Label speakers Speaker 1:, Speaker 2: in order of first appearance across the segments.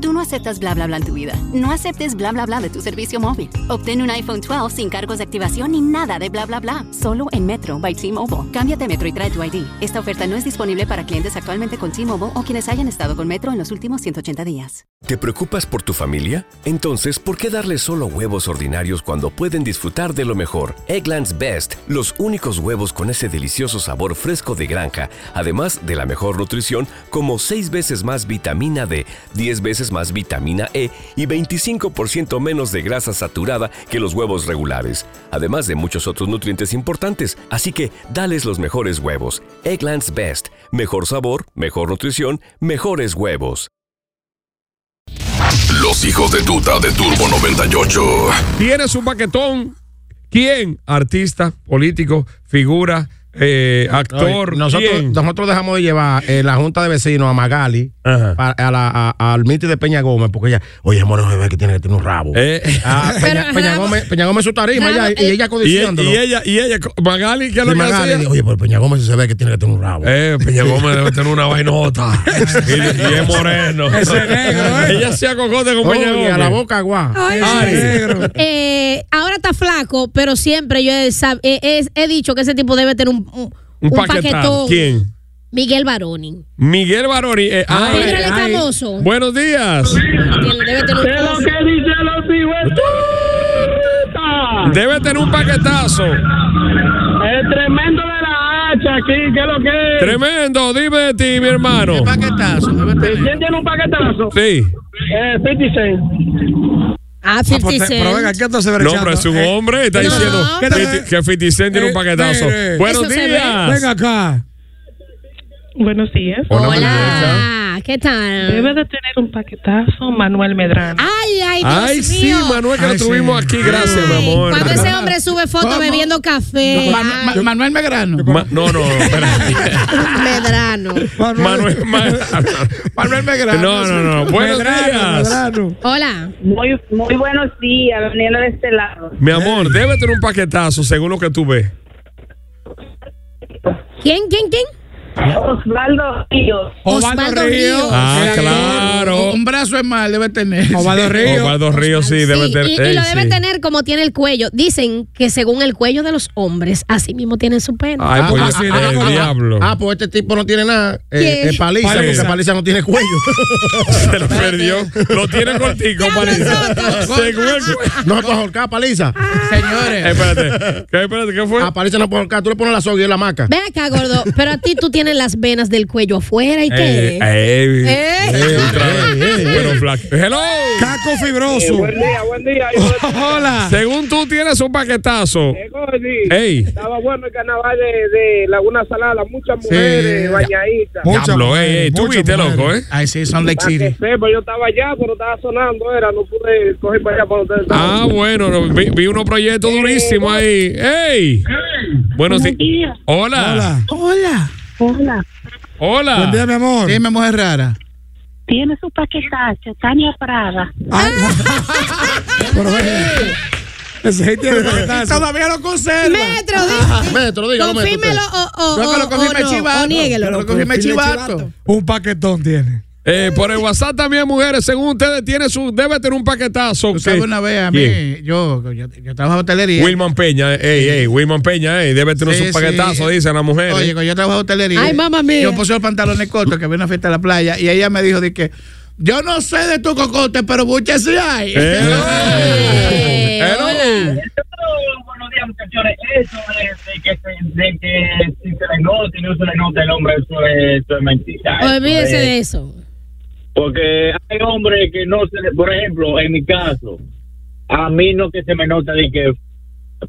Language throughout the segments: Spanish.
Speaker 1: Tú no aceptas bla bla bla en tu vida. No aceptes bla bla bla de tu servicio móvil. Obtén un iPhone 12 sin cargos de activación ni nada de bla bla bla. Solo en Metro by T-Mobile. Cámbiate a Metro y trae tu ID. Esta oferta no es disponible para clientes actualmente con T-Mobile o quienes hayan estado con Metro en los últimos 180 días.
Speaker 2: ¿Te preocupas por tu familia? Entonces, ¿por qué darles solo huevos ordinarios cuando pueden disfrutar de lo mejor? Eggland's Best, los únicos huevos con ese delicioso sabor fresco de granja, además de la mejor nutrición, como 6 veces más vitamina D, 10 veces más vitamina E y 25% menos de grasa saturada que los huevos regulares, además de muchos otros nutrientes importantes. Así que, dales los mejores huevos. Eggland's Best, mejor sabor, mejor nutrición, mejores huevos.
Speaker 3: Los hijos de tuta de Turbo 98.
Speaker 4: Tienes un paquetón. ¿Quién? Artista, político, figura, eh, actor.
Speaker 5: Oye, nosotros,
Speaker 4: ¿quién?
Speaker 5: nosotros dejamos de llevar eh, la junta de vecinos a Magali
Speaker 4: Ajá.
Speaker 5: pa- a la- a- al miti de Peña Gómez porque ella, oye, Moreno bebé que tiene que tener un rabo.
Speaker 4: Eh,
Speaker 5: Ah, Peña,
Speaker 6: Pero
Speaker 5: Peña
Speaker 6: rabo-
Speaker 5: Gómez, Peña Gómez su tarima
Speaker 6: rabo-
Speaker 5: ella- y
Speaker 7: eh.
Speaker 5: ella
Speaker 4: y, e-
Speaker 5: codiciándolo.
Speaker 4: y ella, y ella, Magali, ¿qué es
Speaker 5: Y
Speaker 4: lo que
Speaker 5: Magali
Speaker 4: hacía?
Speaker 5: dijo, oye, pero Peña Gómez se ve que tiene que tener un rabo.
Speaker 4: Eh, Peña Gómez debe tener una vainota. y, y es moreno.
Speaker 5: Ese negro, eh.
Speaker 4: Ella hacía cocote con Peña
Speaker 5: Oye,
Speaker 4: Gómez.
Speaker 5: a la boca, guau.
Speaker 7: Ah.
Speaker 4: Ari.
Speaker 6: Eh, ahora está flaco, pero siempre yo he, sab- eh, es- he dicho que ese tipo debe tener un, un-
Speaker 4: Un
Speaker 6: un
Speaker 4: paquetón. ¿Quién?
Speaker 6: Miguel Baroni.
Speaker 4: Miguel Baroni. eh,
Speaker 5: Ah,
Speaker 4: ay,
Speaker 6: Pedro el
Speaker 4: ay.
Speaker 6: Escamoso.
Speaker 4: Buenos días.
Speaker 6: Tiene- Debe tener un-
Speaker 4: Debe tener un paquetazo.
Speaker 8: El tremendo de la hacha aquí, ¿qué es lo que es?
Speaker 4: Tremendo. Dime de ti, mi hermano.
Speaker 5: Paquetazo, debe tener.
Speaker 8: ¿Quién tiene un paquetazo?
Speaker 4: Sí.
Speaker 8: Eh, 56.
Speaker 6: Ah,
Speaker 4: pues,
Speaker 6: 50 Cent.
Speaker 7: Pero venga, ¿qué estás
Speaker 4: No,
Speaker 7: brechando?
Speaker 4: hombre, es un
Speaker 7: Eh,
Speaker 4: hombre. Está
Speaker 6: No.
Speaker 4: diciendo
Speaker 7: ¿Qué
Speaker 4: que-
Speaker 7: tal?
Speaker 4: que 50 Cent tiene un
Speaker 7: Eh,
Speaker 4: paquetazo.
Speaker 7: mire.
Speaker 4: Buenos
Speaker 6: Eso se ve.
Speaker 4: días.
Speaker 7: Venga acá.
Speaker 8: Buenos días.
Speaker 6: Hola, ¿qué tal?
Speaker 8: Debe de tener un paquetazo Manuel
Speaker 9: Ah,
Speaker 8: Medrano.
Speaker 6: Ay, ay, Dios
Speaker 4: Ay, sí,
Speaker 6: mío.
Speaker 4: Manuel, que
Speaker 7: Ay,
Speaker 4: lo tuvimos
Speaker 7: sí.
Speaker 4: aquí. Gracias,
Speaker 6: Ay,
Speaker 4: mi amor.
Speaker 6: Cuando ese
Speaker 7: Perdona.
Speaker 6: hombre sube fotos
Speaker 7: ¿Cómo?
Speaker 6: bebiendo café.
Speaker 7: Manu-
Speaker 6: Ay,
Speaker 7: Ma- Manuel Megrano.
Speaker 4: Ma- no, no, no, espérate.
Speaker 6: Medrano.
Speaker 4: Manuel, Manuel,
Speaker 7: Manuel Megrano.
Speaker 4: No, no, no. Buenos
Speaker 7: Medrano,
Speaker 4: días.
Speaker 7: Medrano.
Speaker 6: Hola.
Speaker 9: Muy, muy buenos días, veniendo de este lado.
Speaker 4: Mi amor, debe tener un paquetazo según lo que tú ves.
Speaker 6: ¿Quién, quién, quién?
Speaker 9: Osvaldo Ríos.
Speaker 6: Osvaldo Ríos.
Speaker 4: Ah,
Speaker 7: el actor.
Speaker 4: claro.
Speaker 7: Un brazo es mal, debe tener. Ovaldo
Speaker 4: Osvaldo Ríos, sí, debe tener.
Speaker 6: y, y
Speaker 4: Ey,
Speaker 6: lo debe
Speaker 4: sí.
Speaker 6: tener como tiene el cuello. Dicen que según el cuello de los hombres, así mismo tienen su pene.
Speaker 4: Ay, pues
Speaker 5: ah,
Speaker 4: yo-
Speaker 5: ah,
Speaker 4: el
Speaker 5: ah,
Speaker 4: diablo.
Speaker 5: Ah, pues este tipo no tiene nada. Eh,
Speaker 6: ¿Quién?
Speaker 5: eh, paliza,
Speaker 4: Paliza.
Speaker 5: porque paliza no tiene cuello.
Speaker 4: Se lo perdió. Lo tiene cortico, paliza. Según el cu-
Speaker 5: no se puede ahorcar, paliza.
Speaker 4: Eh,
Speaker 7: Señores.
Speaker 4: Espérate. ¿Qué, espérate, ¿qué
Speaker 6: Ah,
Speaker 4: fue?
Speaker 5: A paliza no puede ahorcar. Tú le pones la soga y es la maca.
Speaker 6: Ven acá, gordo, pero a ti tú tienes las venas del cuello afuera y
Speaker 4: Eh,
Speaker 6: qué.
Speaker 4: eh,
Speaker 6: Eh.
Speaker 4: eh, otra vez. Bueno, Black. Hello.
Speaker 7: Caco fibroso.
Speaker 8: Buen día, buen día.
Speaker 7: Hola.
Speaker 4: Según tú tienes un paquetazo. Ey.
Speaker 8: Estaba bueno el carnaval de, de Laguna Salada, muchas mujeres bañaditas. Ah,
Speaker 7: Muchas
Speaker 4: Diablo,
Speaker 7: mujeres,
Speaker 4: eh, eh, tú
Speaker 7: muchas
Speaker 4: viste,
Speaker 7: mujeres.
Speaker 4: loco, eh.
Speaker 7: Ay, sí, son Lake
Speaker 8: Para que
Speaker 7: City.
Speaker 8: sepa, pues yo estaba allá, pero estaba sonando, era, no pude coger para allá para ustedes.
Speaker 4: Ah, bueno, no, vi, vi unos proyectos durísimos ahí. ¡Ey! Buenos di- Hola.
Speaker 7: Hola.
Speaker 9: Hola. Hola.
Speaker 4: Hola.
Speaker 7: Buen día, mi amor. Dime, mujer rara.
Speaker 9: Tiene su paquetazo, Tania Prada.
Speaker 7: Ese gente de paquetazo. Todavía lo conserva.
Speaker 6: Metro,
Speaker 4: Ah,
Speaker 6: di-
Speaker 5: Metro, dígalo, metro.
Speaker 6: confírmelo
Speaker 5: usted.
Speaker 6: o, o,
Speaker 7: Yo que lo
Speaker 6: o-
Speaker 7: confirme
Speaker 6: o no,
Speaker 7: chivato.
Speaker 6: o niéguelo.
Speaker 7: Yo que lo confirme chivato. Un paquetón tiene.
Speaker 4: Eh, por el WhatsApp también, mujeres, según ustedes, tiene su, debe tener un paquetazo.
Speaker 7: Tú
Speaker 4: que-
Speaker 7: sabes una vez a mí,
Speaker 4: ¿Quién?
Speaker 7: yo, yo, yo trabajaba en hotelería.
Speaker 4: Wilman Peña, eh, ey, ey, Wilman Peña, ey, debe tener
Speaker 7: Sí,
Speaker 4: su paquetazo,
Speaker 7: sí.
Speaker 4: dicen las mujeres.
Speaker 5: ¿eh?
Speaker 7: Oye, cuando yo trabajaba en hotelería.
Speaker 6: Ay, mamá mía.
Speaker 7: Yo puse los pantalones cortos, que había una fiesta en la playa, y ella me dijo de que yo no sé de tu cocote, pero buche sí hay.
Speaker 5: Eh.
Speaker 4: Eh,
Speaker 6: Eh,
Speaker 4: eh, no.
Speaker 6: hola.
Speaker 8: Buenos días, muchachos. Eso de, que, de que si se le nota y no se le nota el hombre, eso es, eso es mentira.
Speaker 6: Olvídese de eso.
Speaker 8: Porque hay hombres que no se le, por ejemplo, en mi caso, a mí no que se me nota de que,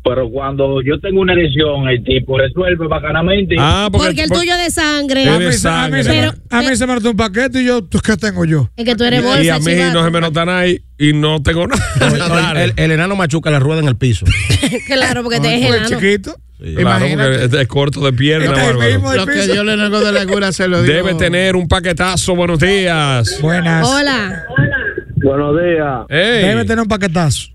Speaker 8: pero cuando yo tengo una lesión, el tipo resuelve bacanamente.
Speaker 4: Ah, porque,
Speaker 6: Porque el
Speaker 4: por-
Speaker 6: tuyo de sangre.
Speaker 4: Eres
Speaker 7: A mí, se- a mí se me-
Speaker 6: Pero-
Speaker 7: a mí se me notó un paquete y yo, ¿tú ¿qué tengo yo?
Speaker 6: Es que tú eres bolsa,
Speaker 4: Y a mí
Speaker 6: chivato.
Speaker 4: no se me nota nada y, y no tengo nada.
Speaker 5: Oye, El, el enano machuca la rueda en el piso.
Speaker 6: Claro, porque
Speaker 7: Tú
Speaker 6: te es
Speaker 7: eres
Speaker 6: enano.
Speaker 7: chiquito.
Speaker 4: Claro,
Speaker 7: Imagínate.
Speaker 4: porque es, es corto de pierna,
Speaker 7: Este es el
Speaker 4: bárbaro.
Speaker 7: mismo del
Speaker 5: Lo que
Speaker 7: piso.
Speaker 5: yo
Speaker 7: le negó de la cura se lo
Speaker 4: Debe tener un paquetazo, buenos días.
Speaker 7: Buenas.
Speaker 6: Hola.
Speaker 10: Buenos días.
Speaker 4: Debe
Speaker 11: tener un paquetazo.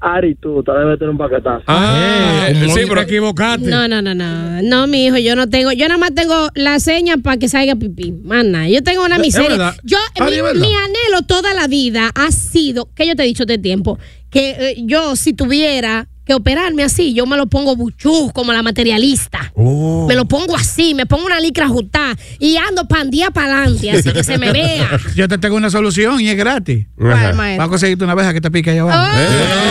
Speaker 10: Ari, tú, te debes tener un paquetazo.
Speaker 4: Ah, eh, sí, pero
Speaker 11: equivocaste.
Speaker 6: No, no, no, no. No, mi hijo, yo no tengo. Yo nada más tengo la seña para que salga pipí. Mana, yo tengo una
Speaker 11: Es
Speaker 6: miseria.
Speaker 11: verdad.
Speaker 6: Yo,
Speaker 11: Ah,
Speaker 6: mi,
Speaker 11: es verdad.
Speaker 6: mi anhelo toda la vida ha sido, que yo te he dicho de tiempo, que eh, yo si tuviera que operarme así, yo me lo pongo buchú como la materialista.
Speaker 5: Oh.
Speaker 11: Oh.
Speaker 6: Me lo pongo así, me pongo una licra ajustada y ando pandía para adelante, así que se me vea.
Speaker 7: Yo te tengo una solución y es gratis.
Speaker 6: ¿Cuál,
Speaker 7: Va a
Speaker 6: maestro?
Speaker 7: conseguirte una abeja que te pique allá abajo.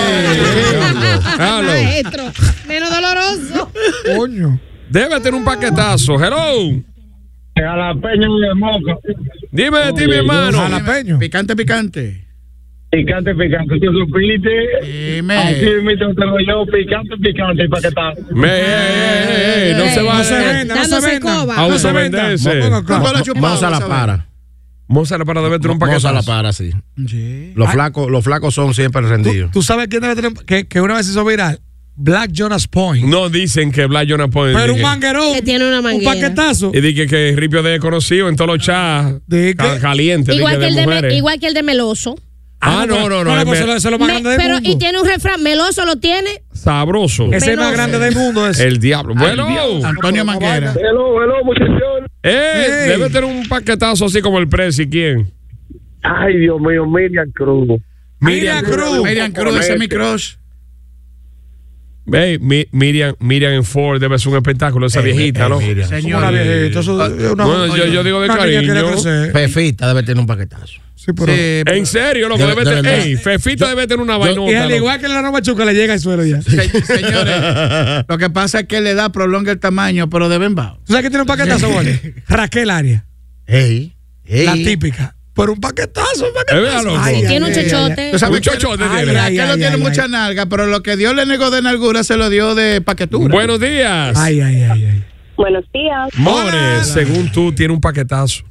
Speaker 4: Halo.
Speaker 6: Oh. Maestro, menos doloroso.
Speaker 4: Coño. Debe tener un paquetazo. Hello.
Speaker 8: Jalapeño de moco.
Speaker 4: Dime de ti, mi hermano.
Speaker 7: Picante, picante.
Speaker 8: Picante, picante. ¿Tú supiste?
Speaker 7: Dime.
Speaker 8: Así mismo te lo yo, picante, picante, y paquetazo.
Speaker 4: Me, eh, eh, eh, eh, no se va a hacer. Ah,
Speaker 11: no se
Speaker 6: Dándose
Speaker 11: vendan.
Speaker 6: coba.
Speaker 4: Vamos a
Speaker 11: se
Speaker 4: vender
Speaker 11: vendan.
Speaker 4: ese.
Speaker 11: Vamos con la
Speaker 5: Mo- Moza la para.
Speaker 4: Moza la para debe tener un
Speaker 5: Moza
Speaker 4: paquetazo.
Speaker 5: la para, sí.
Speaker 7: Ah.
Speaker 5: Los, flacos, los flacos son siempre rendidos.
Speaker 11: Tú sabes quién debe tener- que, que una vez se hizo viral. Black Jonas Point.
Speaker 4: No dicen que Eh, Black Jonas puede.
Speaker 11: Pero un
Speaker 4: dije-
Speaker 11: manguerón.
Speaker 6: Que tiene una
Speaker 11: Un
Speaker 6: manguera.
Speaker 11: paquetazo.
Speaker 4: Y dije que Ripio de conocido en todos los chats. ca- Caliente. dije,
Speaker 6: Igual que, el de me-
Speaker 4: mujeres.
Speaker 6: igual que el de Meloso.
Speaker 4: Ah, no, no, no. es
Speaker 11: pues
Speaker 4: me-
Speaker 11: se lo- se lo más
Speaker 6: Me-
Speaker 11: grande del
Speaker 6: pero,
Speaker 11: mundo.
Speaker 6: y tiene un refrán, Meloso lo tiene.
Speaker 4: Sabroso.
Speaker 11: Ese es
Speaker 6: Meloso.
Speaker 11: más grande del mundo. Ese.
Speaker 4: El diablo. Bueno.
Speaker 7: Antonio Manguera.
Speaker 10: Hello, hello, muchachos.
Speaker 4: Eh,
Speaker 11: Ey.
Speaker 4: debe tener un paquetazo así como el Prezi. ¿Quién?
Speaker 10: Ay, Dios mío, Miriam Cruz.
Speaker 11: Miriam Cruz.
Speaker 7: Miriam Cruz, ese es mi crush.
Speaker 4: Ey, Mi- Miriam, Miriam en Ford debe ser un espectáculo esa
Speaker 5: Ey,
Speaker 4: viejita,
Speaker 5: ey,
Speaker 4: ¿no?
Speaker 5: Miriam.
Speaker 7: Señor.
Speaker 11: Una viejita. Eso es una-
Speaker 4: Ah, Bueno, yo, yo digo de
Speaker 11: una niña quiere
Speaker 4: cariño.
Speaker 11: crecer.
Speaker 5: Fefita debe tener un paquetazo.
Speaker 11: Sí, pero.
Speaker 7: Eh,
Speaker 4: En serio, loco,
Speaker 5: De-
Speaker 4: debe
Speaker 5: de
Speaker 4: tener.
Speaker 5: verdad.
Speaker 4: Ey, Fefita debe tener una
Speaker 11: y
Speaker 4: vainota.
Speaker 11: al
Speaker 4: loco.
Speaker 11: igual que la Roma Chuca le llega al suelo ya. ¿Tú
Speaker 7: se- señores, lo que pasa es que le da prolonga el tamaño, pero de bembao.
Speaker 11: sabes que tiene un paquetazo, Boli? Raquel Aria.
Speaker 5: Ey, ey.
Speaker 11: La típica. Pero un paquetazo, un paquetazo.
Speaker 4: Eh, vea, loco.
Speaker 6: Tiene
Speaker 7: ay.
Speaker 6: un chochote.
Speaker 7: Tú sabes
Speaker 4: Un
Speaker 7: que-
Speaker 4: chochote
Speaker 7: Ay,
Speaker 4: tiene.
Speaker 7: Raquel
Speaker 11: Ay,
Speaker 7: no
Speaker 11: ay,
Speaker 7: tiene
Speaker 11: ay,
Speaker 7: mucha
Speaker 11: ay.
Speaker 7: nalga, pero lo que Dios le negó de nalgura se lo dio de paquetura.
Speaker 4: Buenos días.
Speaker 11: Ay, ay, ay, ay.
Speaker 9: Buenos días.
Speaker 4: More, según tú, tiene un paquetazo.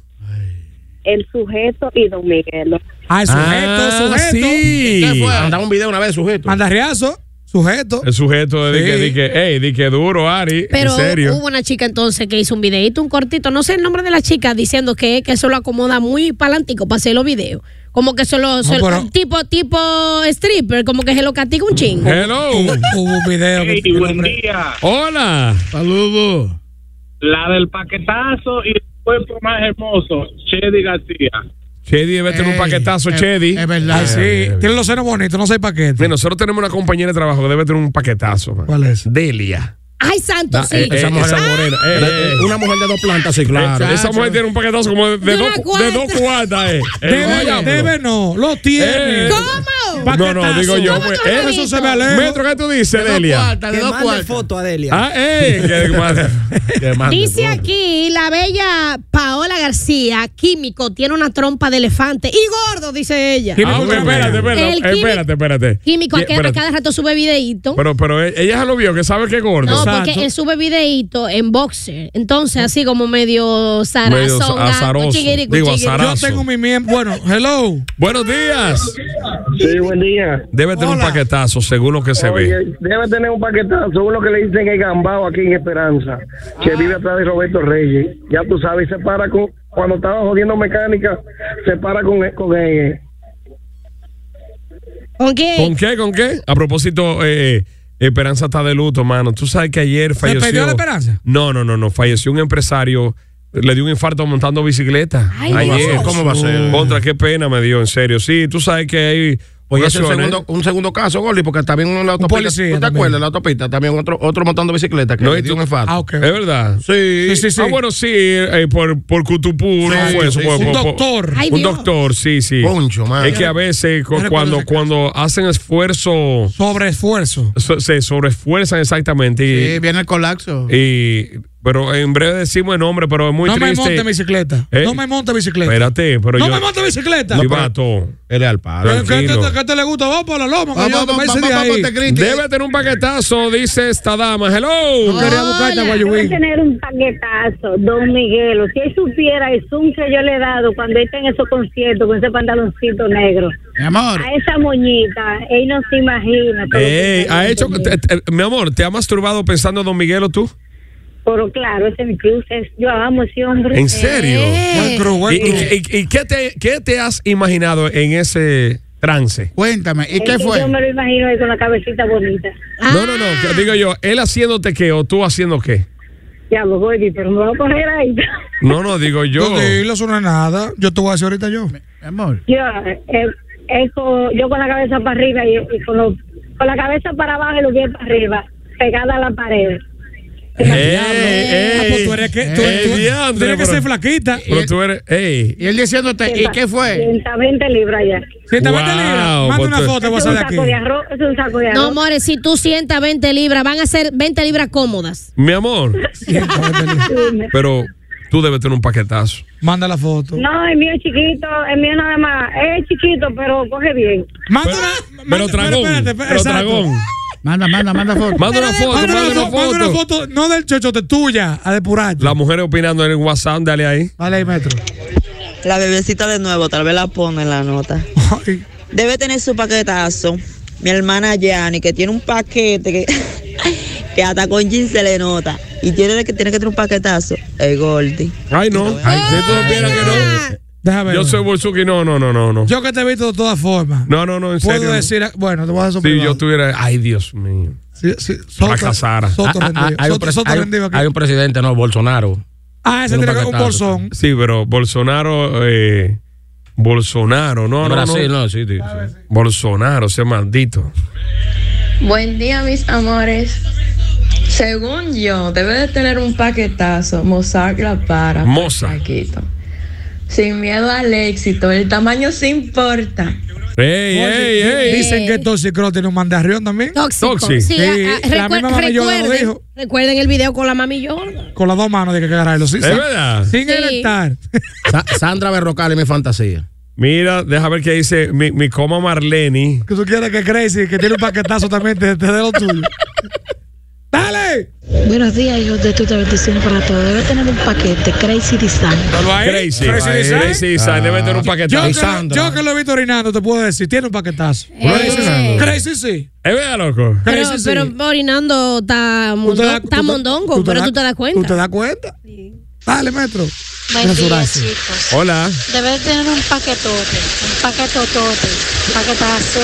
Speaker 9: El sujeto y Don Miguelo.
Speaker 11: Ay, sujeto,
Speaker 4: Ah,
Speaker 11: sujeto.
Speaker 4: sí.
Speaker 5: ¿Qué fue? Mandaba un video una vez sujeto.
Speaker 7: Ah,
Speaker 11: Mandarriazo, sujeto.
Speaker 4: El sujeto de di que,
Speaker 11: Sí.
Speaker 4: di que, ey, di que duro, Ari.
Speaker 6: Pero
Speaker 4: en serio.
Speaker 6: hubo una chica entonces que hizo un videito, un cortito, no sé el nombre de la chica, diciendo que, que eso lo acomoda muy palantico para hacer los videos. Como que se lo, se lo-
Speaker 11: pero-
Speaker 6: tipo, tipo stripper, como que se lo castiga un chingo.
Speaker 4: Hello.
Speaker 11: Hubo, hubo un video. que-
Speaker 8: Ey, buen día.
Speaker 4: Hola.
Speaker 7: Saludos.
Speaker 8: La del paquetazo y el cuerpo más hermoso, Chedi García.
Speaker 4: Chedi debe tener un
Speaker 7: Ey,
Speaker 4: paquetazo,
Speaker 7: es-
Speaker 4: Chedi.
Speaker 7: Es verdad.
Speaker 11: Ay, sí. Tiene los senos bonitos, no sé para qué.
Speaker 4: Mira, nosotros tenemos una compañera de trabajo que debe tener un paquetazo. man.
Speaker 11: ¿Cuál es?
Speaker 4: Delia.
Speaker 6: Ay, santo, sí. Ah,
Speaker 4: eh, esa mujer
Speaker 7: Ah,
Speaker 4: es morena. Eh, eh, eh.
Speaker 5: Una mujer de dos plantas, sí, claro.
Speaker 4: Esa- Esa mujer tiene un paquetazo como de, de
Speaker 6: De
Speaker 4: dos,
Speaker 6: una cuarta.
Speaker 4: de dos cuartas, eh. El
Speaker 11: Debe,
Speaker 4: guayabo.
Speaker 11: debe no, lo tiene.
Speaker 4: Eh.
Speaker 6: ¿Cómo?
Speaker 4: No, no,
Speaker 11: Paquetazo.
Speaker 4: digo yo.
Speaker 11: ¿Cómo
Speaker 4: Pues,
Speaker 6: tú has
Speaker 4: eh,
Speaker 6: visto?
Speaker 11: Eso se me aleja.
Speaker 4: Metro, ¿qué tú dices,
Speaker 7: De dos
Speaker 4: Delia?
Speaker 7: cuartas, de dos cuartas.
Speaker 11: foto a Delia.
Speaker 4: Ah, eh. que-
Speaker 5: Que mande,
Speaker 6: Dice
Speaker 5: por favor.
Speaker 6: aquí la bella Paola García, químico, tiene una trompa de elefante y gordo, dice ella.
Speaker 4: Ah, ok, espérate, espérate,
Speaker 6: El químico-
Speaker 4: espérate, espérate.
Speaker 6: Químico,
Speaker 4: Ye-
Speaker 6: a que- a
Speaker 4: espérate.
Speaker 6: cada rato sube videíto.
Speaker 4: Pero, pero eh, ella ya lo vio, que sabe que es gordo.
Speaker 6: No,
Speaker 11: Exacto.
Speaker 6: porque él sube videíto en boxer. Entonces, así como medio
Speaker 4: Medio
Speaker 6: zarazón,
Speaker 4: azaroso.
Speaker 6: gato, chiguiricu,
Speaker 4: Digo,
Speaker 6: chiguiricu.
Speaker 4: azarado.
Speaker 11: Yo tengo mi miembro. Bueno, hello.
Speaker 4: Buenos días.
Speaker 10: Sí, buen día.
Speaker 4: Debe tener un
Speaker 11: Hola.
Speaker 4: paquetazo, según lo que se ve.
Speaker 10: Oye, debe tener un paquetazo, uno que le dicen el gambao aquí en Esperanza, que
Speaker 5: Ah.
Speaker 10: vive atrás de Roberto Reyes. Ya tú sabes, se para con, cuando estaba jodiendo mecánica, se para con, con él. eh.
Speaker 6: ¿Con quién?
Speaker 4: ¿Con qué? ¿Con qué? A propósito, eh, Esperanza está de luto, mano. Tú sabes que ayer falleció.
Speaker 11: perdió la Esperanza?
Speaker 4: No, no, no, no. Falleció un empresario. Le dio un infarto montando bicicleta.
Speaker 6: Ay,
Speaker 4: ayer.
Speaker 6: Dios.
Speaker 5: ¿Cómo va a ser?
Speaker 4: Contra, qué pena me dio, en serio. Sí, tú sabes que hay.
Speaker 5: Oye, ese es el
Speaker 4: ocasiones-
Speaker 5: segundo, un segundo caso, Gordy, porque también uno en la autopista.
Speaker 11: policía
Speaker 5: ¿Tú te
Speaker 11: también.
Speaker 5: acuerdas? En la autopista también otro, otro montando bicicleta que
Speaker 4: No,
Speaker 5: le
Speaker 4: y
Speaker 5: dio
Speaker 4: tú-
Speaker 5: un infarto.
Speaker 11: Ah, ok.
Speaker 4: Es verdad.
Speaker 5: Sí.
Speaker 11: Sí, sí, sí.
Speaker 4: Ah, bueno, sí, eh, por, por Cutupú, no fue eso,
Speaker 5: sí,
Speaker 4: por-
Speaker 5: sí.
Speaker 11: Un
Speaker 4: por- por-
Speaker 11: doctor.
Speaker 6: Ay,
Speaker 4: un
Speaker 6: Dios.
Speaker 4: doctor, sí, sí.
Speaker 5: Concho, madre.
Speaker 4: es que a veces cu-
Speaker 11: recuerdo
Speaker 4: cuando,
Speaker 11: ese caso.
Speaker 4: cuando hacen esfuerzo,
Speaker 11: Sobre esfuerzo.
Speaker 4: so- se sobreesfuerzan exactamente. Y,
Speaker 7: Sí, viene el colapso.
Speaker 4: y- pero en breve decimos el nombre, pero es muy
Speaker 11: No me
Speaker 4: triste.
Speaker 11: monte bicicleta.
Speaker 4: Eh.
Speaker 11: No me monte bicicleta.
Speaker 4: Espérate, pero
Speaker 11: no
Speaker 4: yo.
Speaker 11: me monte bicicleta.
Speaker 4: Sí,
Speaker 11: No, pero-
Speaker 4: vato.
Speaker 5: Él es al padre.
Speaker 11: ¿Qué- qué-
Speaker 4: tranquilo.
Speaker 11: ¿Qué qué te le gusta? Vamos por la
Speaker 7: Vamos,
Speaker 11: loma. coño,
Speaker 7: vamos,
Speaker 11: me dice
Speaker 7: vamos,
Speaker 11: de
Speaker 7: vamos,
Speaker 11: ahí.
Speaker 7: te critico.
Speaker 4: Debe tener un paquetazo, dice esta dama. Hello.
Speaker 11: Yo quería buscarte a
Speaker 9: Debe
Speaker 11: Guayubín.
Speaker 9: tener un paquetazo, Don Miguelo. Si él supiera el zoom que yo le he dado cuando él está en esos conciertos con ese pantaloncito negro,
Speaker 7: Mi amor.
Speaker 9: a esa moñita, él no se imagina. todo lo que
Speaker 4: Ey,
Speaker 9: está
Speaker 4: ha
Speaker 9: viendo
Speaker 4: hecho. eh,
Speaker 9: Don
Speaker 4: te- te- mi amor, ¿te has masturbado pensando en Don Miguelo tú?
Speaker 9: Miguelo. Pero claro, ese es mi cruz. es- yo amo a ese hombre.
Speaker 4: ¿En serio?
Speaker 9: Eh.
Speaker 4: ¿Y, y- y- y qué, te, qué te has imaginado en ese trance?
Speaker 7: Cuéntame,
Speaker 9: Es que Yo me lo imagino ahí con la cabecita bonita.
Speaker 4: No, no, no, que digo yo, él haciéndote qué o tú haciendo qué.
Speaker 9: Ya lo voy, pero no voy a poner ahí.
Speaker 4: No, no, digo yo.
Speaker 11: No, dilo, eso no es nada. Yo te voy a decir ahorita yo.
Speaker 7: Amor.
Speaker 9: Yo, eh, es con- yo con la cabeza para arriba y, y con, los- con la cabeza para abajo y los pies para arriba, pegada a la pared.
Speaker 4: Ah, pues tú eres que, tú, tú- tú eres que ser flaquita. Pero tú eres, ey.
Speaker 7: Y él diciéndote, ¿y qué fue?
Speaker 9: 120 libras ya.
Speaker 7: 120 libras. Manda
Speaker 4: pues
Speaker 7: una
Speaker 4: tú-
Speaker 7: foto,
Speaker 9: Es un saco de arroz, es un saco de arroz.
Speaker 6: No, amores, si tú sientas 20 libras, van a ser 20 libras cómodas.
Speaker 4: Mi amor, pero tú debes tener un paquetazo.
Speaker 11: Manda la foto.
Speaker 9: No, el mío es chiquito, el mío nada más es chiquito, pero coge bien.
Speaker 4: Pero tragón, pero tragón.
Speaker 7: Manda, manda, manda foto.
Speaker 4: Manda una foto, manda una foto.
Speaker 11: Manda una foto, no del chochote, tuya, a depurar.
Speaker 4: Las mujeres opinando en el WhatsApp, dale ahí.
Speaker 11: Dale ahí, metro.
Speaker 12: La bebecita de nuevo, tal vez la pone en la nota. Debe tener su paquetazo. Mi hermana Yani, que tiene un paquete que, que hasta con jeans se le nota. Y tiene que, tiene que tener un paquetazo. El Gordy.
Speaker 4: Ay, no. Ay, si tú supieras que no.
Speaker 11: Déjame
Speaker 4: Yo soy Bolsuki, no, no, no, no, no.
Speaker 11: Yo que te he visto de todas formas.
Speaker 4: No, no, no, en
Speaker 11: Puedo
Speaker 4: serio.
Speaker 11: decir, bueno, te voy a decir
Speaker 4: Si yo tuviera, ay, Dios mío.
Speaker 11: Sí, sí,
Speaker 4: Fracasara.
Speaker 11: Soto rendido.
Speaker 5: Ah, hay, un
Speaker 11: Soto-
Speaker 5: pres-
Speaker 11: Soto
Speaker 5: hay un-
Speaker 11: rendido aquí.
Speaker 5: hay un presidente, no, Bolsonaro.
Speaker 11: Ah, ese
Speaker 5: Un
Speaker 11: tiene que- un
Speaker 5: paquetazo.
Speaker 11: bolsón.
Speaker 4: Sí, pero Bolsonaro, eh, Bolsonaro, no, no,
Speaker 5: Brasil,
Speaker 4: no.
Speaker 5: no, sí, sí, sí.
Speaker 4: Bolsonaro, sea maldito.
Speaker 13: Buen día, mis amores. Según yo, debe de tener un paquetazo. Mozart la para.
Speaker 4: Moza.
Speaker 13: Sin miedo al éxito. El tamaño se importa.
Speaker 4: Ey, ey, ey.
Speaker 11: Dicen
Speaker 6: Eh.
Speaker 11: que Toxicro tiene un mandarrión también.
Speaker 6: Tóxico.
Speaker 11: Toxic.
Speaker 6: Sí,
Speaker 11: Sí,
Speaker 6: a- a-
Speaker 11: la
Speaker 6: recuer-
Speaker 11: misma mami Yoda lo
Speaker 6: recuerden,
Speaker 11: dijo.
Speaker 6: recuerden el video con la mami Jordan.
Speaker 11: Con las dos manos de que agarrarlo. Sí,
Speaker 5: Es
Speaker 11: sí.
Speaker 4: verdad.
Speaker 11: Sin
Speaker 6: Sí.
Speaker 11: erectar.
Speaker 5: Sa- Sandra Berrocal es mi fantasía.
Speaker 4: Mira, deja ver qué dice mi, mi coma Marleni.
Speaker 11: Que tú quieres que Crazy, que tiene un paquetazo también, te, te dé lo tuyo. ¡Dale!
Speaker 14: Buenos días, hijos de tuta bendición para todos. Debe tener un paquete, Crazy Design.
Speaker 4: Crazy.
Speaker 11: Crazy Design.
Speaker 4: Crazy
Speaker 5: Ah.
Speaker 4: Design, debe tener un
Speaker 11: Yo
Speaker 4: paquetazo.
Speaker 11: que, lo, yo que lo he visto orinando, te puedo decir, tiene un paquetazo.
Speaker 4: Eh.
Speaker 11: Crazy, sí.
Speaker 4: Es verdad, loco.
Speaker 6: Pero,
Speaker 11: Crazy, sí.
Speaker 6: pero orinando está, mondo-
Speaker 11: te das-
Speaker 6: está
Speaker 11: tú te-
Speaker 6: mondongo,
Speaker 11: tú te
Speaker 6: pero
Speaker 11: das-
Speaker 6: tú te das cuenta.
Speaker 11: ¿Tú te das cuenta? Dale, maestro.
Speaker 15: Buen
Speaker 11: Gracias,
Speaker 15: día,
Speaker 11: gracias.
Speaker 15: chicos.
Speaker 4: Hola.
Speaker 15: Debe tener un paquetote, un paquetotote, un paquetazo.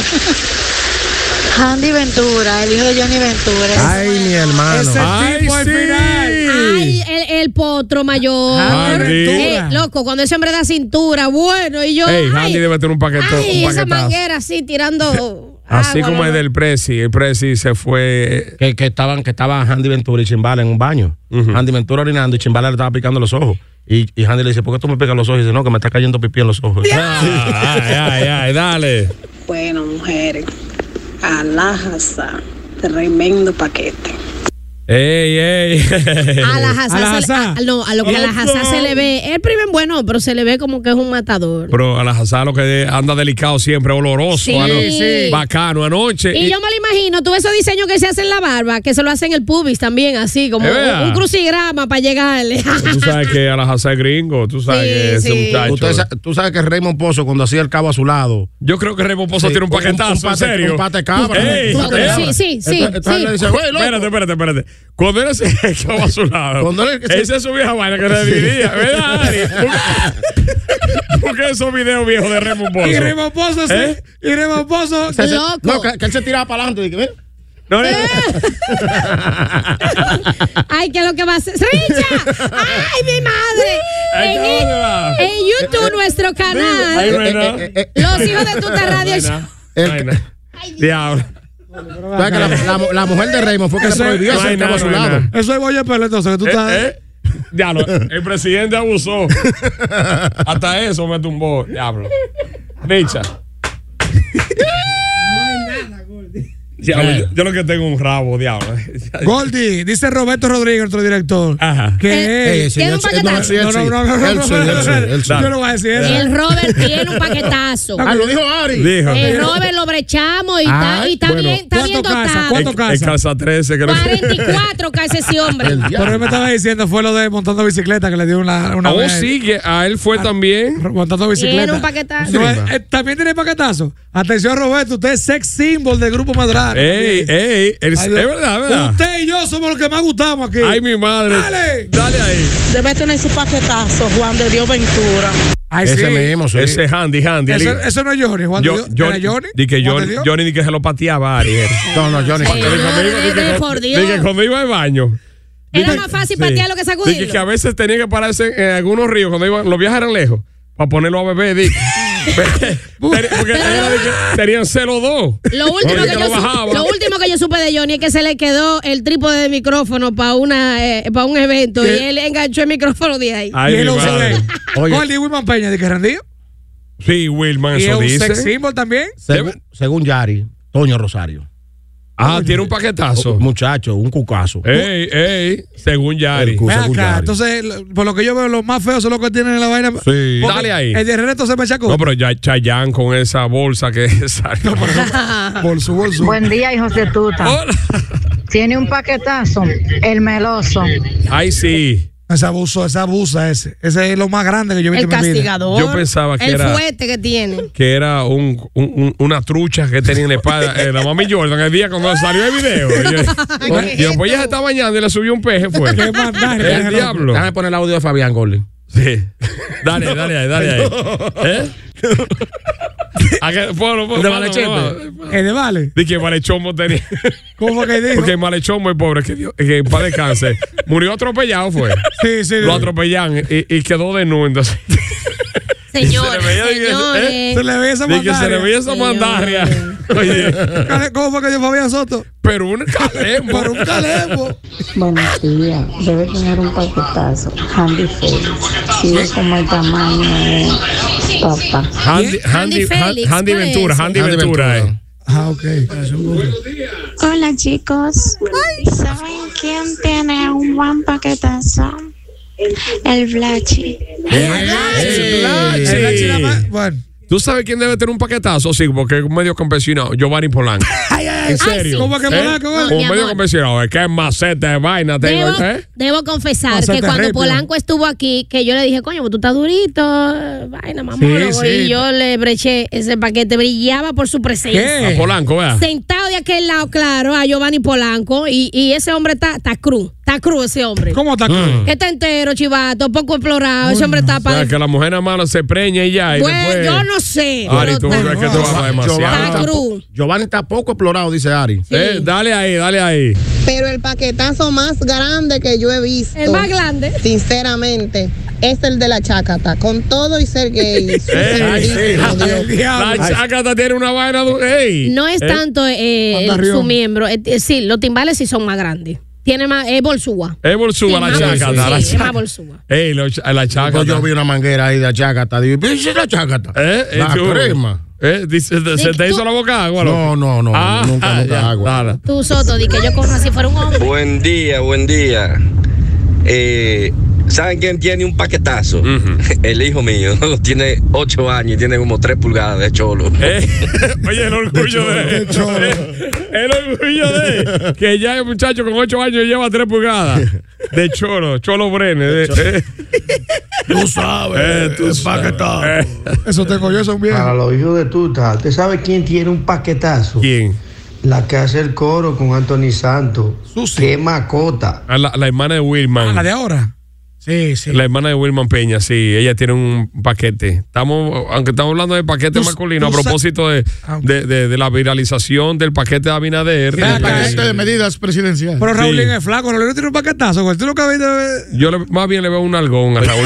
Speaker 15: Andy Ventura, el hijo de Johnny Ventura.
Speaker 5: Ay, mi hermano.
Speaker 11: Ese tipo al final.
Speaker 6: Ay, el, el potro mayor.
Speaker 4: Ah, Andy.
Speaker 6: Eh, loco, cuando ese hombre da cintura, bueno, y yo.
Speaker 4: Ey,
Speaker 6: ay,
Speaker 4: Andy debe tener un paquetón.
Speaker 6: ay,
Speaker 4: un
Speaker 6: esa
Speaker 4: paquetazo.
Speaker 6: manguera así tirando.
Speaker 4: Así
Speaker 6: agua,
Speaker 4: como
Speaker 6: la-
Speaker 4: es del Prezi. El Prezi se fue. eh,
Speaker 5: Que, que estaban que estaban Andy Ventura y Chimbala en un baño. Andy Ventura orinando y Chimbala le estaba picando los ojos. Y, y Andy le dice, ¿por qué tú me picas los ojos? Y dice, no, que me está cayendo pipí en los ojos. Ah,
Speaker 4: Ay, ay, ay, dale.
Speaker 16: Bueno, mujeres, alájasa, tremendo paquete.
Speaker 4: Ey, ey.
Speaker 6: A la Hazá se le- a- no, a lo que a la Hazá se le ve. El primer bueno, pero se le ve como que es un matador.
Speaker 4: Pero a la Hazá lo que de- anda delicado siempre, oloroso,
Speaker 6: Sí.
Speaker 4: ano-
Speaker 6: Sí.
Speaker 4: bacano anoche.
Speaker 6: Y yo me lo imagino, tú ves esos diseños que se hacen en la barba, que se lo hacen el pubis también, así, como
Speaker 4: Es verdad.
Speaker 6: un, un crucigrama para llegarle.
Speaker 4: Tú sabes que a la Hazá es gringo, tú sabes
Speaker 6: Sí,
Speaker 4: que ese
Speaker 6: sí.
Speaker 4: muchacho.
Speaker 5: Usted sa- tú sabes que Raymond Pozo, cuando hacía el cabo a su lado,
Speaker 4: Yo creo que Remo Pozo
Speaker 5: Sí,
Speaker 4: tiene un
Speaker 5: un-
Speaker 4: paquetazo,
Speaker 5: un pate-
Speaker 4: ¿en serio?
Speaker 5: un pate cabra.
Speaker 4: Ey,
Speaker 5: Un pate
Speaker 4: ey.
Speaker 5: cabra. Sí, sí, sí, Entonces, sí. él le dice, "Güey, loco".
Speaker 4: espérate, espérate, espérate. Cuando él se echaba a su lado,
Speaker 5: Cuando él-
Speaker 4: esa es su vieja vaina que le dividía, ¿verdad, Ari? Busca- Busca esos videos viejos de Remo Pozo.
Speaker 11: Y Remo Pozo, sí.
Speaker 4: ¿Eh?
Speaker 11: Y Remo Pozo.
Speaker 5: Se- se- no, que, que él se tiraba para adelante. dije, "Ven".
Speaker 4: No, no,
Speaker 5: Eh,
Speaker 6: Ay, ¿qué es lo que va a hacer? ¡Richa! ¡Ay, mi madre!
Speaker 4: Ay,
Speaker 6: En,
Speaker 4: ¿dónde va?
Speaker 6: en YouTube, nuestro canal. eh,
Speaker 4: Ay,
Speaker 5: Eh,
Speaker 4: bueno.
Speaker 6: Los hijos de Tuta Radio Show.
Speaker 4: Vaina, vaina. Diablo. Eh,
Speaker 5: Sabes que la, la- la mujer de Raymond fue que se
Speaker 4: Eso es-
Speaker 5: prohibió
Speaker 4: no hay
Speaker 5: hacer el cabo a su
Speaker 4: nada, no hay
Speaker 5: lado.
Speaker 4: nada.
Speaker 11: Eso es Boye Pérez, entonces, que tú estás.
Speaker 4: Eh, eh. Diablo, el presidente abusó. Hasta eso me tumbó. Diablo. Richa. Diablo,
Speaker 5: Eh.
Speaker 4: yo, yo lo que tengo es un rabo, diablo.
Speaker 11: Goldi, dice Roberto Rodríguez, nuestro director.
Speaker 4: Ajá.
Speaker 11: Que
Speaker 5: Eh, sí, ¿Tiene él un sí, no, paquetazo? sí, él
Speaker 11: No,
Speaker 5: sí.
Speaker 11: no, no, no,
Speaker 5: Él
Speaker 11: no,
Speaker 5: sí,
Speaker 11: no,
Speaker 5: él
Speaker 11: no,
Speaker 5: sí,
Speaker 11: no,
Speaker 5: él sí.
Speaker 11: Yo no voy a decir eso.
Speaker 6: El Robert tiene un paquetazo.
Speaker 5: Ah, lo dijo Ari.
Speaker 4: Dijo.
Speaker 6: El Robert lo brechamos y está, y está
Speaker 4: Bueno,
Speaker 6: bien, está bien
Speaker 11: ¿cuánto casa?
Speaker 6: dotado.
Speaker 11: ¿Cuánto
Speaker 4: El, el calza 13, creo que.
Speaker 6: 44 calza ese hombre.
Speaker 11: Pero él me estaba diciendo, fue lo de montando bicicleta que le dio una. Ah, una
Speaker 4: Oh,
Speaker 11: vez.
Speaker 4: sí, que a él fue también.
Speaker 11: Montando bicicleta.
Speaker 6: Tiene un paquetazo.
Speaker 11: No, eh, eh, También tiene paquetazo. Atención, Roberto, usted es sex symbol del grupo Madral. hablar.
Speaker 4: Ey, ey, es,
Speaker 11: Ay,
Speaker 4: es
Speaker 11: Dios.
Speaker 4: verdad, ¿verdad?
Speaker 11: Usted y yo somos los que más gustamos aquí.
Speaker 4: Ay, mi madre.
Speaker 11: Dale.
Speaker 4: Dale ahí.
Speaker 14: Debe tener su paquetazo, Juan de Dios Ventura.
Speaker 4: ese mismo, Ese Handy, Handy.
Speaker 11: Ese, ese no es Johnny, Juan.
Speaker 4: Yo-
Speaker 11: Dios-
Speaker 4: Johnny,
Speaker 11: ¿era Johnny?
Speaker 4: Di que
Speaker 11: Juan
Speaker 4: Johnny,
Speaker 11: de Dios.
Speaker 4: Johnny di que se lo pateaba a Ari. eh. No, no, Johnny.
Speaker 6: Señores, Eh, por Dios.
Speaker 4: Dije, cuando iba al baño.
Speaker 6: Era
Speaker 4: di que-
Speaker 6: más fácil
Speaker 4: sí.
Speaker 6: patearlo que sacudirlo.
Speaker 4: Dije que a veces tenía que pararse en algunos ríos cuando iban, los viajes eran lejos, para ponerlo a beber. di. Porque- porque tenía- di que tenían celo dos.
Speaker 6: Lo último,
Speaker 4: Oye,
Speaker 6: que yo,
Speaker 4: lo
Speaker 6: su-
Speaker 4: bajaba.
Speaker 6: lo último que yo supe de Johnny es que se le quedó el trípode de micrófono para una eh, para un evento
Speaker 11: ¿Qué?
Speaker 6: y él enganchó el micrófono de ahí.
Speaker 4: Ay,
Speaker 11: y él
Speaker 4: mi
Speaker 11: lo usa
Speaker 4: madre.
Speaker 11: de ahí.
Speaker 5: Oye.
Speaker 11: Gordy Wilman Peña, de que rendío.
Speaker 4: Sí, Wilman,
Speaker 11: Y es
Speaker 4: eso
Speaker 11: un
Speaker 4: dice.
Speaker 11: sex symbol también.
Speaker 5: Según, según Yari, Toño Rosario.
Speaker 4: Ah, tiene un paquetazo.
Speaker 5: Muchacho, un cucazo.
Speaker 4: Ey, ey, según Yari.
Speaker 11: Ven acá, entonces, lo- por lo que yo veo, los más feos son los que tienen en la vaina.
Speaker 4: Sí.
Speaker 11: Porque
Speaker 4: Dale ahí.
Speaker 11: El de Reneto se me achacó.
Speaker 4: No, pero ya Chayanne con esa bolsa que salió.
Speaker 11: Por su bolso.
Speaker 17: Buen día, hijos de tuta. Tiene un paquetazo, el meloso.
Speaker 4: Ay, sí.
Speaker 11: Ese abuso, ese abusa ese. Ese es lo más grande que yo he visto
Speaker 6: El
Speaker 11: en mi vida.
Speaker 6: castigador.
Speaker 4: Yo pensaba que
Speaker 6: el
Speaker 4: era-
Speaker 6: fuerte que tiene.
Speaker 4: que era un, un- un- una trucha que tenía en la espalda. eh, la mami Jordan, el día cuando salió el video. Y yo, pues ella se está bañando y le subió un peje, fue.
Speaker 11: Qué maldad,
Speaker 4: el diablo.
Speaker 5: Déjame poner el audio de Fabián Golden.
Speaker 4: Sí. Dale, dale, ahí, dale. ahí. ¿Eh? ¿A qué? Ponlo, ponlo,
Speaker 11: ¿De
Speaker 4: ponlo,
Speaker 11: Malechete?
Speaker 4: ponlo.
Speaker 11: El Eh, de Vale.
Speaker 4: Dije que Malechombo tenía.
Speaker 11: ¿Cómo que dijo?
Speaker 4: Porque el Malechombo es pobre, que, Dios, que en paz descanse. Murió atropellado, fue.
Speaker 11: Sí, sí.
Speaker 4: Lo atropellaron y, y quedó de nuevo, entonces.
Speaker 6: Señores,
Speaker 4: ¿eh?
Speaker 6: señores.
Speaker 11: Se le ve esa
Speaker 4: Dije que se le
Speaker 11: mandaria.
Speaker 4: veía esa mandarria. Oye.
Speaker 11: ¿Cómo fue que dijo Fabián Soto?
Speaker 4: Pero un calembo.
Speaker 11: Pero un calembo.
Speaker 18: Buenos días. Debe tener un paquetazo. Handy Félix. Sigue como el tamaño de papá.
Speaker 4: Handy, Handy,
Speaker 18: Félix,
Speaker 4: Han- Handy
Speaker 18: ¿cuál es
Speaker 4: Ventura,
Speaker 18: ese?
Speaker 4: Handy
Speaker 18: Handy
Speaker 4: Ventura. eh.
Speaker 11: Ah, ok.
Speaker 18: Hola chicos. ¿Saben quién tiene un buen paquetazo? El Blachi.
Speaker 4: Blachi.
Speaker 11: Bueno.
Speaker 4: ¿Tú sabes quién debe tener un paquetazo? Sí, porque es medio campesino. Giovanni Polanco.
Speaker 6: ay,
Speaker 4: ¿En
Speaker 6: ay,
Speaker 4: serio?
Speaker 6: sí. ¿Cómo que Polanco, eh? Mi
Speaker 4: Como medio
Speaker 6: amor.
Speaker 4: campesino. Es que es maceta de vaina. Tengo,
Speaker 6: Debo,
Speaker 4: ¿eh?
Speaker 6: debo confesar
Speaker 4: Pásate
Speaker 6: que cuando
Speaker 4: rápido.
Speaker 6: Polanco estuvo aquí, que yo le dije, coño, pues tú estás durito, eh, vaina, mamón.
Speaker 4: sí.
Speaker 6: Y yo le breché ese paquete, brillaba por su presencia.
Speaker 4: ¿Qué? A Polanco, vea.
Speaker 6: Sentado de aquel lado, claro, a Giovanni Polanco, y, y ese hombre está, está cruz, está cruz ese
Speaker 4: pues.
Speaker 6: hombre.
Speaker 11: ¿Cómo está
Speaker 4: cruz?
Speaker 6: Que está entero, chivato, poco explorado, ese hombre está
Speaker 4: O sea,
Speaker 6: para...
Speaker 4: que la mujer nada más se preña y ya. Y
Speaker 6: Pues,
Speaker 4: después...
Speaker 6: yo no sé.
Speaker 4: Ari,
Speaker 6: pero
Speaker 4: tú
Speaker 6: está-
Speaker 4: ves que tú hablas demasiado.
Speaker 6: Está cruz.
Speaker 5: Giovanni está poco explorado, dice Ari.
Speaker 4: Eh, dale ahí, dale ahí.
Speaker 19: Pero el paquetazo más grande que yo he visto.
Speaker 6: El más grande.
Speaker 19: Sinceramente, es el de la chácata. Con todo y ser gay. su
Speaker 4: Ey,
Speaker 19: santísimo
Speaker 4: sí. Ah,
Speaker 19: Dios.
Speaker 4: La chacata tiene una vaina. du- Ey.
Speaker 6: No es
Speaker 4: Eh,
Speaker 6: tanto eh,
Speaker 4: Anda
Speaker 6: el-
Speaker 4: arriba.
Speaker 6: su miembro. Eh, eh, sí, los timbales sí son más grandes. Tiene más, es bolsúa.
Speaker 4: Es bolsúa
Speaker 6: Sí,
Speaker 4: la
Speaker 6: más
Speaker 4: chacata.
Speaker 6: bolsúa,
Speaker 4: La
Speaker 6: sí, es más
Speaker 4: chacata.
Speaker 6: bolsúa.
Speaker 4: Ey, lo- la chacata.
Speaker 5: Yo vi una manguera ahí de chacata. Digo, ¿qué es la chacata?
Speaker 4: Eh, eh,
Speaker 5: La
Speaker 4: tú.
Speaker 5: crema.
Speaker 4: Eh, dice, ¿Se te hizo la boca agua? Ah,
Speaker 5: No, no, no. nunca, nunca
Speaker 4: agua.
Speaker 6: Tú, Soto, di que yo corro así fuera un hombre.
Speaker 20: Buen día, buen día. Eh, ¿Saben quién tiene un paquetazo? El hijo mío. Tiene ocho años y tiene como tres pulgadas de cholo.
Speaker 4: Eh, Oye, el orgullo de. El orgullo de. Que ya el muchacho con 8 años lleva 3 pulgadas. De cholo, cholo brene.
Speaker 5: Tú sabes.
Speaker 4: Eh, tú sabes.
Speaker 11: Eso tengo yo, son bien.
Speaker 21: Para los hijos de tuta, ¿usted sabe quién tiene un paquetazo?
Speaker 4: ¿Quién?
Speaker 21: La que hace el coro con Anthony Santos. ¡Qué macota!
Speaker 4: Ah, La, la hermana de Wilman.
Speaker 11: La de ahora. Sí, sí.
Speaker 4: La hermana de Wilman Peña, sí, ella tiene un paquete. Estamos, aunque estamos hablando de paquete
Speaker 11: Tú-
Speaker 4: masculino, a
Speaker 11: tú sa-
Speaker 4: propósito de, de, de- de la viralización del paquete de Abinader. eh,
Speaker 11: de medidas presidenciales. Pero Raúl
Speaker 4: Sí.
Speaker 11: es flaco, Raúl tiene un paquetazo. güey. Tú lo que has visto-
Speaker 4: yo le- más bien le veo un algón a Raúl.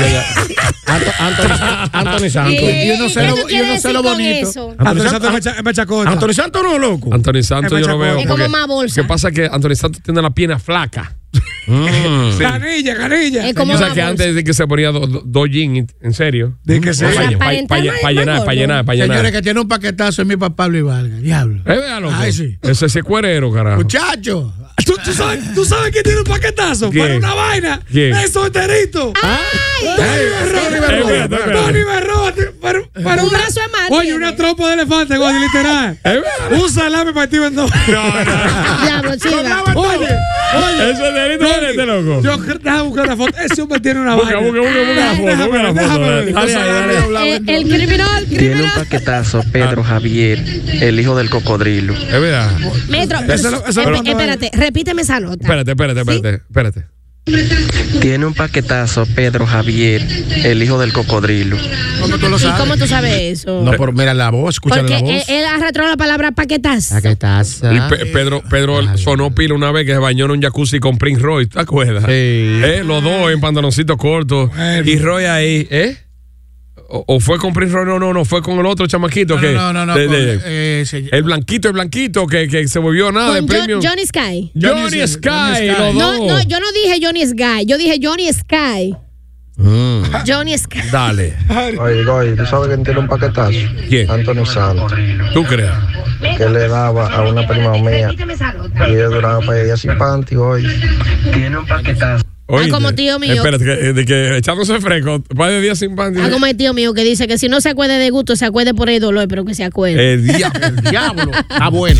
Speaker 5: Anthony
Speaker 4: Santos.
Speaker 11: Y uno
Speaker 4: ¿Qué
Speaker 11: se
Speaker 4: tú
Speaker 11: lo, y uno
Speaker 6: quieres
Speaker 11: se
Speaker 6: decir
Speaker 11: lo
Speaker 6: con
Speaker 11: bonito.
Speaker 6: eso?
Speaker 11: Anthony Santos me echa- me chacota.
Speaker 5: Anthony Santos no, loco.
Speaker 4: Anthony Santos
Speaker 11: Es
Speaker 4: yo lo
Speaker 11: machacote.
Speaker 4: veo.
Speaker 11: Es
Speaker 6: como
Speaker 4: porque-
Speaker 6: más bolsa.
Speaker 4: Lo que pasa es que Anthony Santos tiene la pierna flaca.
Speaker 5: Mm.
Speaker 4: Sí.
Speaker 11: Canilla, canilla.
Speaker 6: Es como
Speaker 4: o sea,
Speaker 6: una
Speaker 4: que
Speaker 6: bolsa.
Speaker 4: antes de que se ponía dos do, dos jeans, en serio.
Speaker 11: De
Speaker 4: Para
Speaker 11: que sí.
Speaker 4: pa, pa- pa llenar, para llenar, para
Speaker 22: Señores,
Speaker 4: llenar.
Speaker 22: que tiene un paquetazo es mi papá Luis Vargas. Diablo.
Speaker 4: Eh, véalo.
Speaker 22: Ay,
Speaker 4: que-
Speaker 22: sí.
Speaker 4: Ese sí es cuerero, carajo.
Speaker 22: Muchacho.
Speaker 11: ¿Tú, tú sabes, tú sabes quién tiene un paquetazo
Speaker 4: ¿Quién?
Speaker 11: para una vaina.
Speaker 4: ¿Quién?
Speaker 11: Es solterito. Tony
Speaker 4: Eh,
Speaker 11: Berroa.
Speaker 4: espérate, espérate.
Speaker 11: Tony Berroa. ti- Para, para
Speaker 6: Un
Speaker 11: una-
Speaker 6: brazo de mar
Speaker 11: Oye,
Speaker 6: tiene.
Speaker 11: una trompa de elefante, Gordy,
Speaker 4: Eh,
Speaker 11: literal. Un salame partido en dos.
Speaker 6: Diablo, chiva.
Speaker 11: Oye, Oye,
Speaker 5: Eso es delito,
Speaker 11: Rolly,
Speaker 5: este loco.
Speaker 11: Yo, déjame buscar una foto. Ese hombre tiene una
Speaker 5: Busca,
Speaker 11: vaina.
Speaker 5: busca, busca, busca la
Speaker 11: Ay,
Speaker 5: foto,
Speaker 11: déjame
Speaker 5: busca la
Speaker 11: ver,
Speaker 5: foto,
Speaker 11: déjame
Speaker 5: dale.
Speaker 11: ver.
Speaker 5: Dale, dale, dale. Ah.
Speaker 6: Eh, el criminal,
Speaker 23: Tiene un
Speaker 6: criminal.
Speaker 23: paquetazo Pedro Javier, el hijo del cocodrilo.
Speaker 5: Es verdad.
Speaker 6: Metro,
Speaker 5: Eso lo- eso lo
Speaker 6: espe-
Speaker 5: mandó él.
Speaker 6: espérate, repíteme esa nota.
Speaker 5: Espérate, espérate, espérate, espérate.
Speaker 23: Tiene un paquetazo Pedro Javier, el hijo del cocodrilo.
Speaker 6: ¿Cómo tú ¿Y cómo tú sabes eso?
Speaker 24: No, pero mira la voz, escucha
Speaker 6: Porque eh,
Speaker 24: la
Speaker 6: él,
Speaker 24: voz.
Speaker 6: él arrastró la palabra paquetazo.
Speaker 24: Paquetazo.
Speaker 5: Y Pe- Pedro, Pedro sonó pila una vez que se bañó en un jacuzzi con Prince Roy, ¿te acuerdas? Eh, los dos en pantaloncitos cortos. Y Roy ahí, ¿eh? O, o fue con Prince Roy, no, no, no, fue con el otro chamaquito que.
Speaker 25: No, no, no.
Speaker 5: de-
Speaker 25: con-
Speaker 5: de-
Speaker 25: eh, se-
Speaker 5: el blanquito, el blanquito que, que se volvió nada de
Speaker 6: Con Jo-
Speaker 5: premium.
Speaker 6: Johnny Sky.
Speaker 5: Johnny, Sky, los
Speaker 6: No,
Speaker 5: dos.
Speaker 6: no, yo no dije Johnny Sky, yo dije Johnny Sky. Johnny Sky.
Speaker 5: Dale.
Speaker 26: Oye, oye, ¿tú sabes quién tiene un paquetazo?
Speaker 5: ¿Quién?
Speaker 26: Anthony Santos.
Speaker 5: ¿Tú crees?
Speaker 26: Que le daba a una prima mía y ella duraba para ella sin panty hoy. Tiene un paquetazo.
Speaker 5: Oíste.
Speaker 6: Ah, como tío mío.
Speaker 5: Espérate, que, eh, de que echándose fresco, par de días sin pan.
Speaker 6: Ah, como el tío mío que dice que si no se acuerde de gusto, se acuerde por el dolor, pero que se acuerde.
Speaker 5: El día.
Speaker 24: diablo. Está bueno.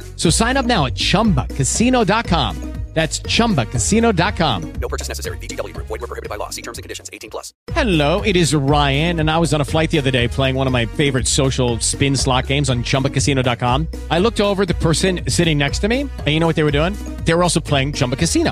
Speaker 4: So sign up now at chumbacasino.com. That's chumbacasino.com.
Speaker 27: No purchase necessary. VGW Group. Void were prohibited by law. See terms and conditions. 18 plus.
Speaker 4: Hello, it is Ryan, and I was on a flight the other day playing one of my favorite social spin slot games on chumbacasino.com. I looked over at the person sitting next to me, and you know what they were doing? They were also playing Chumba Casino.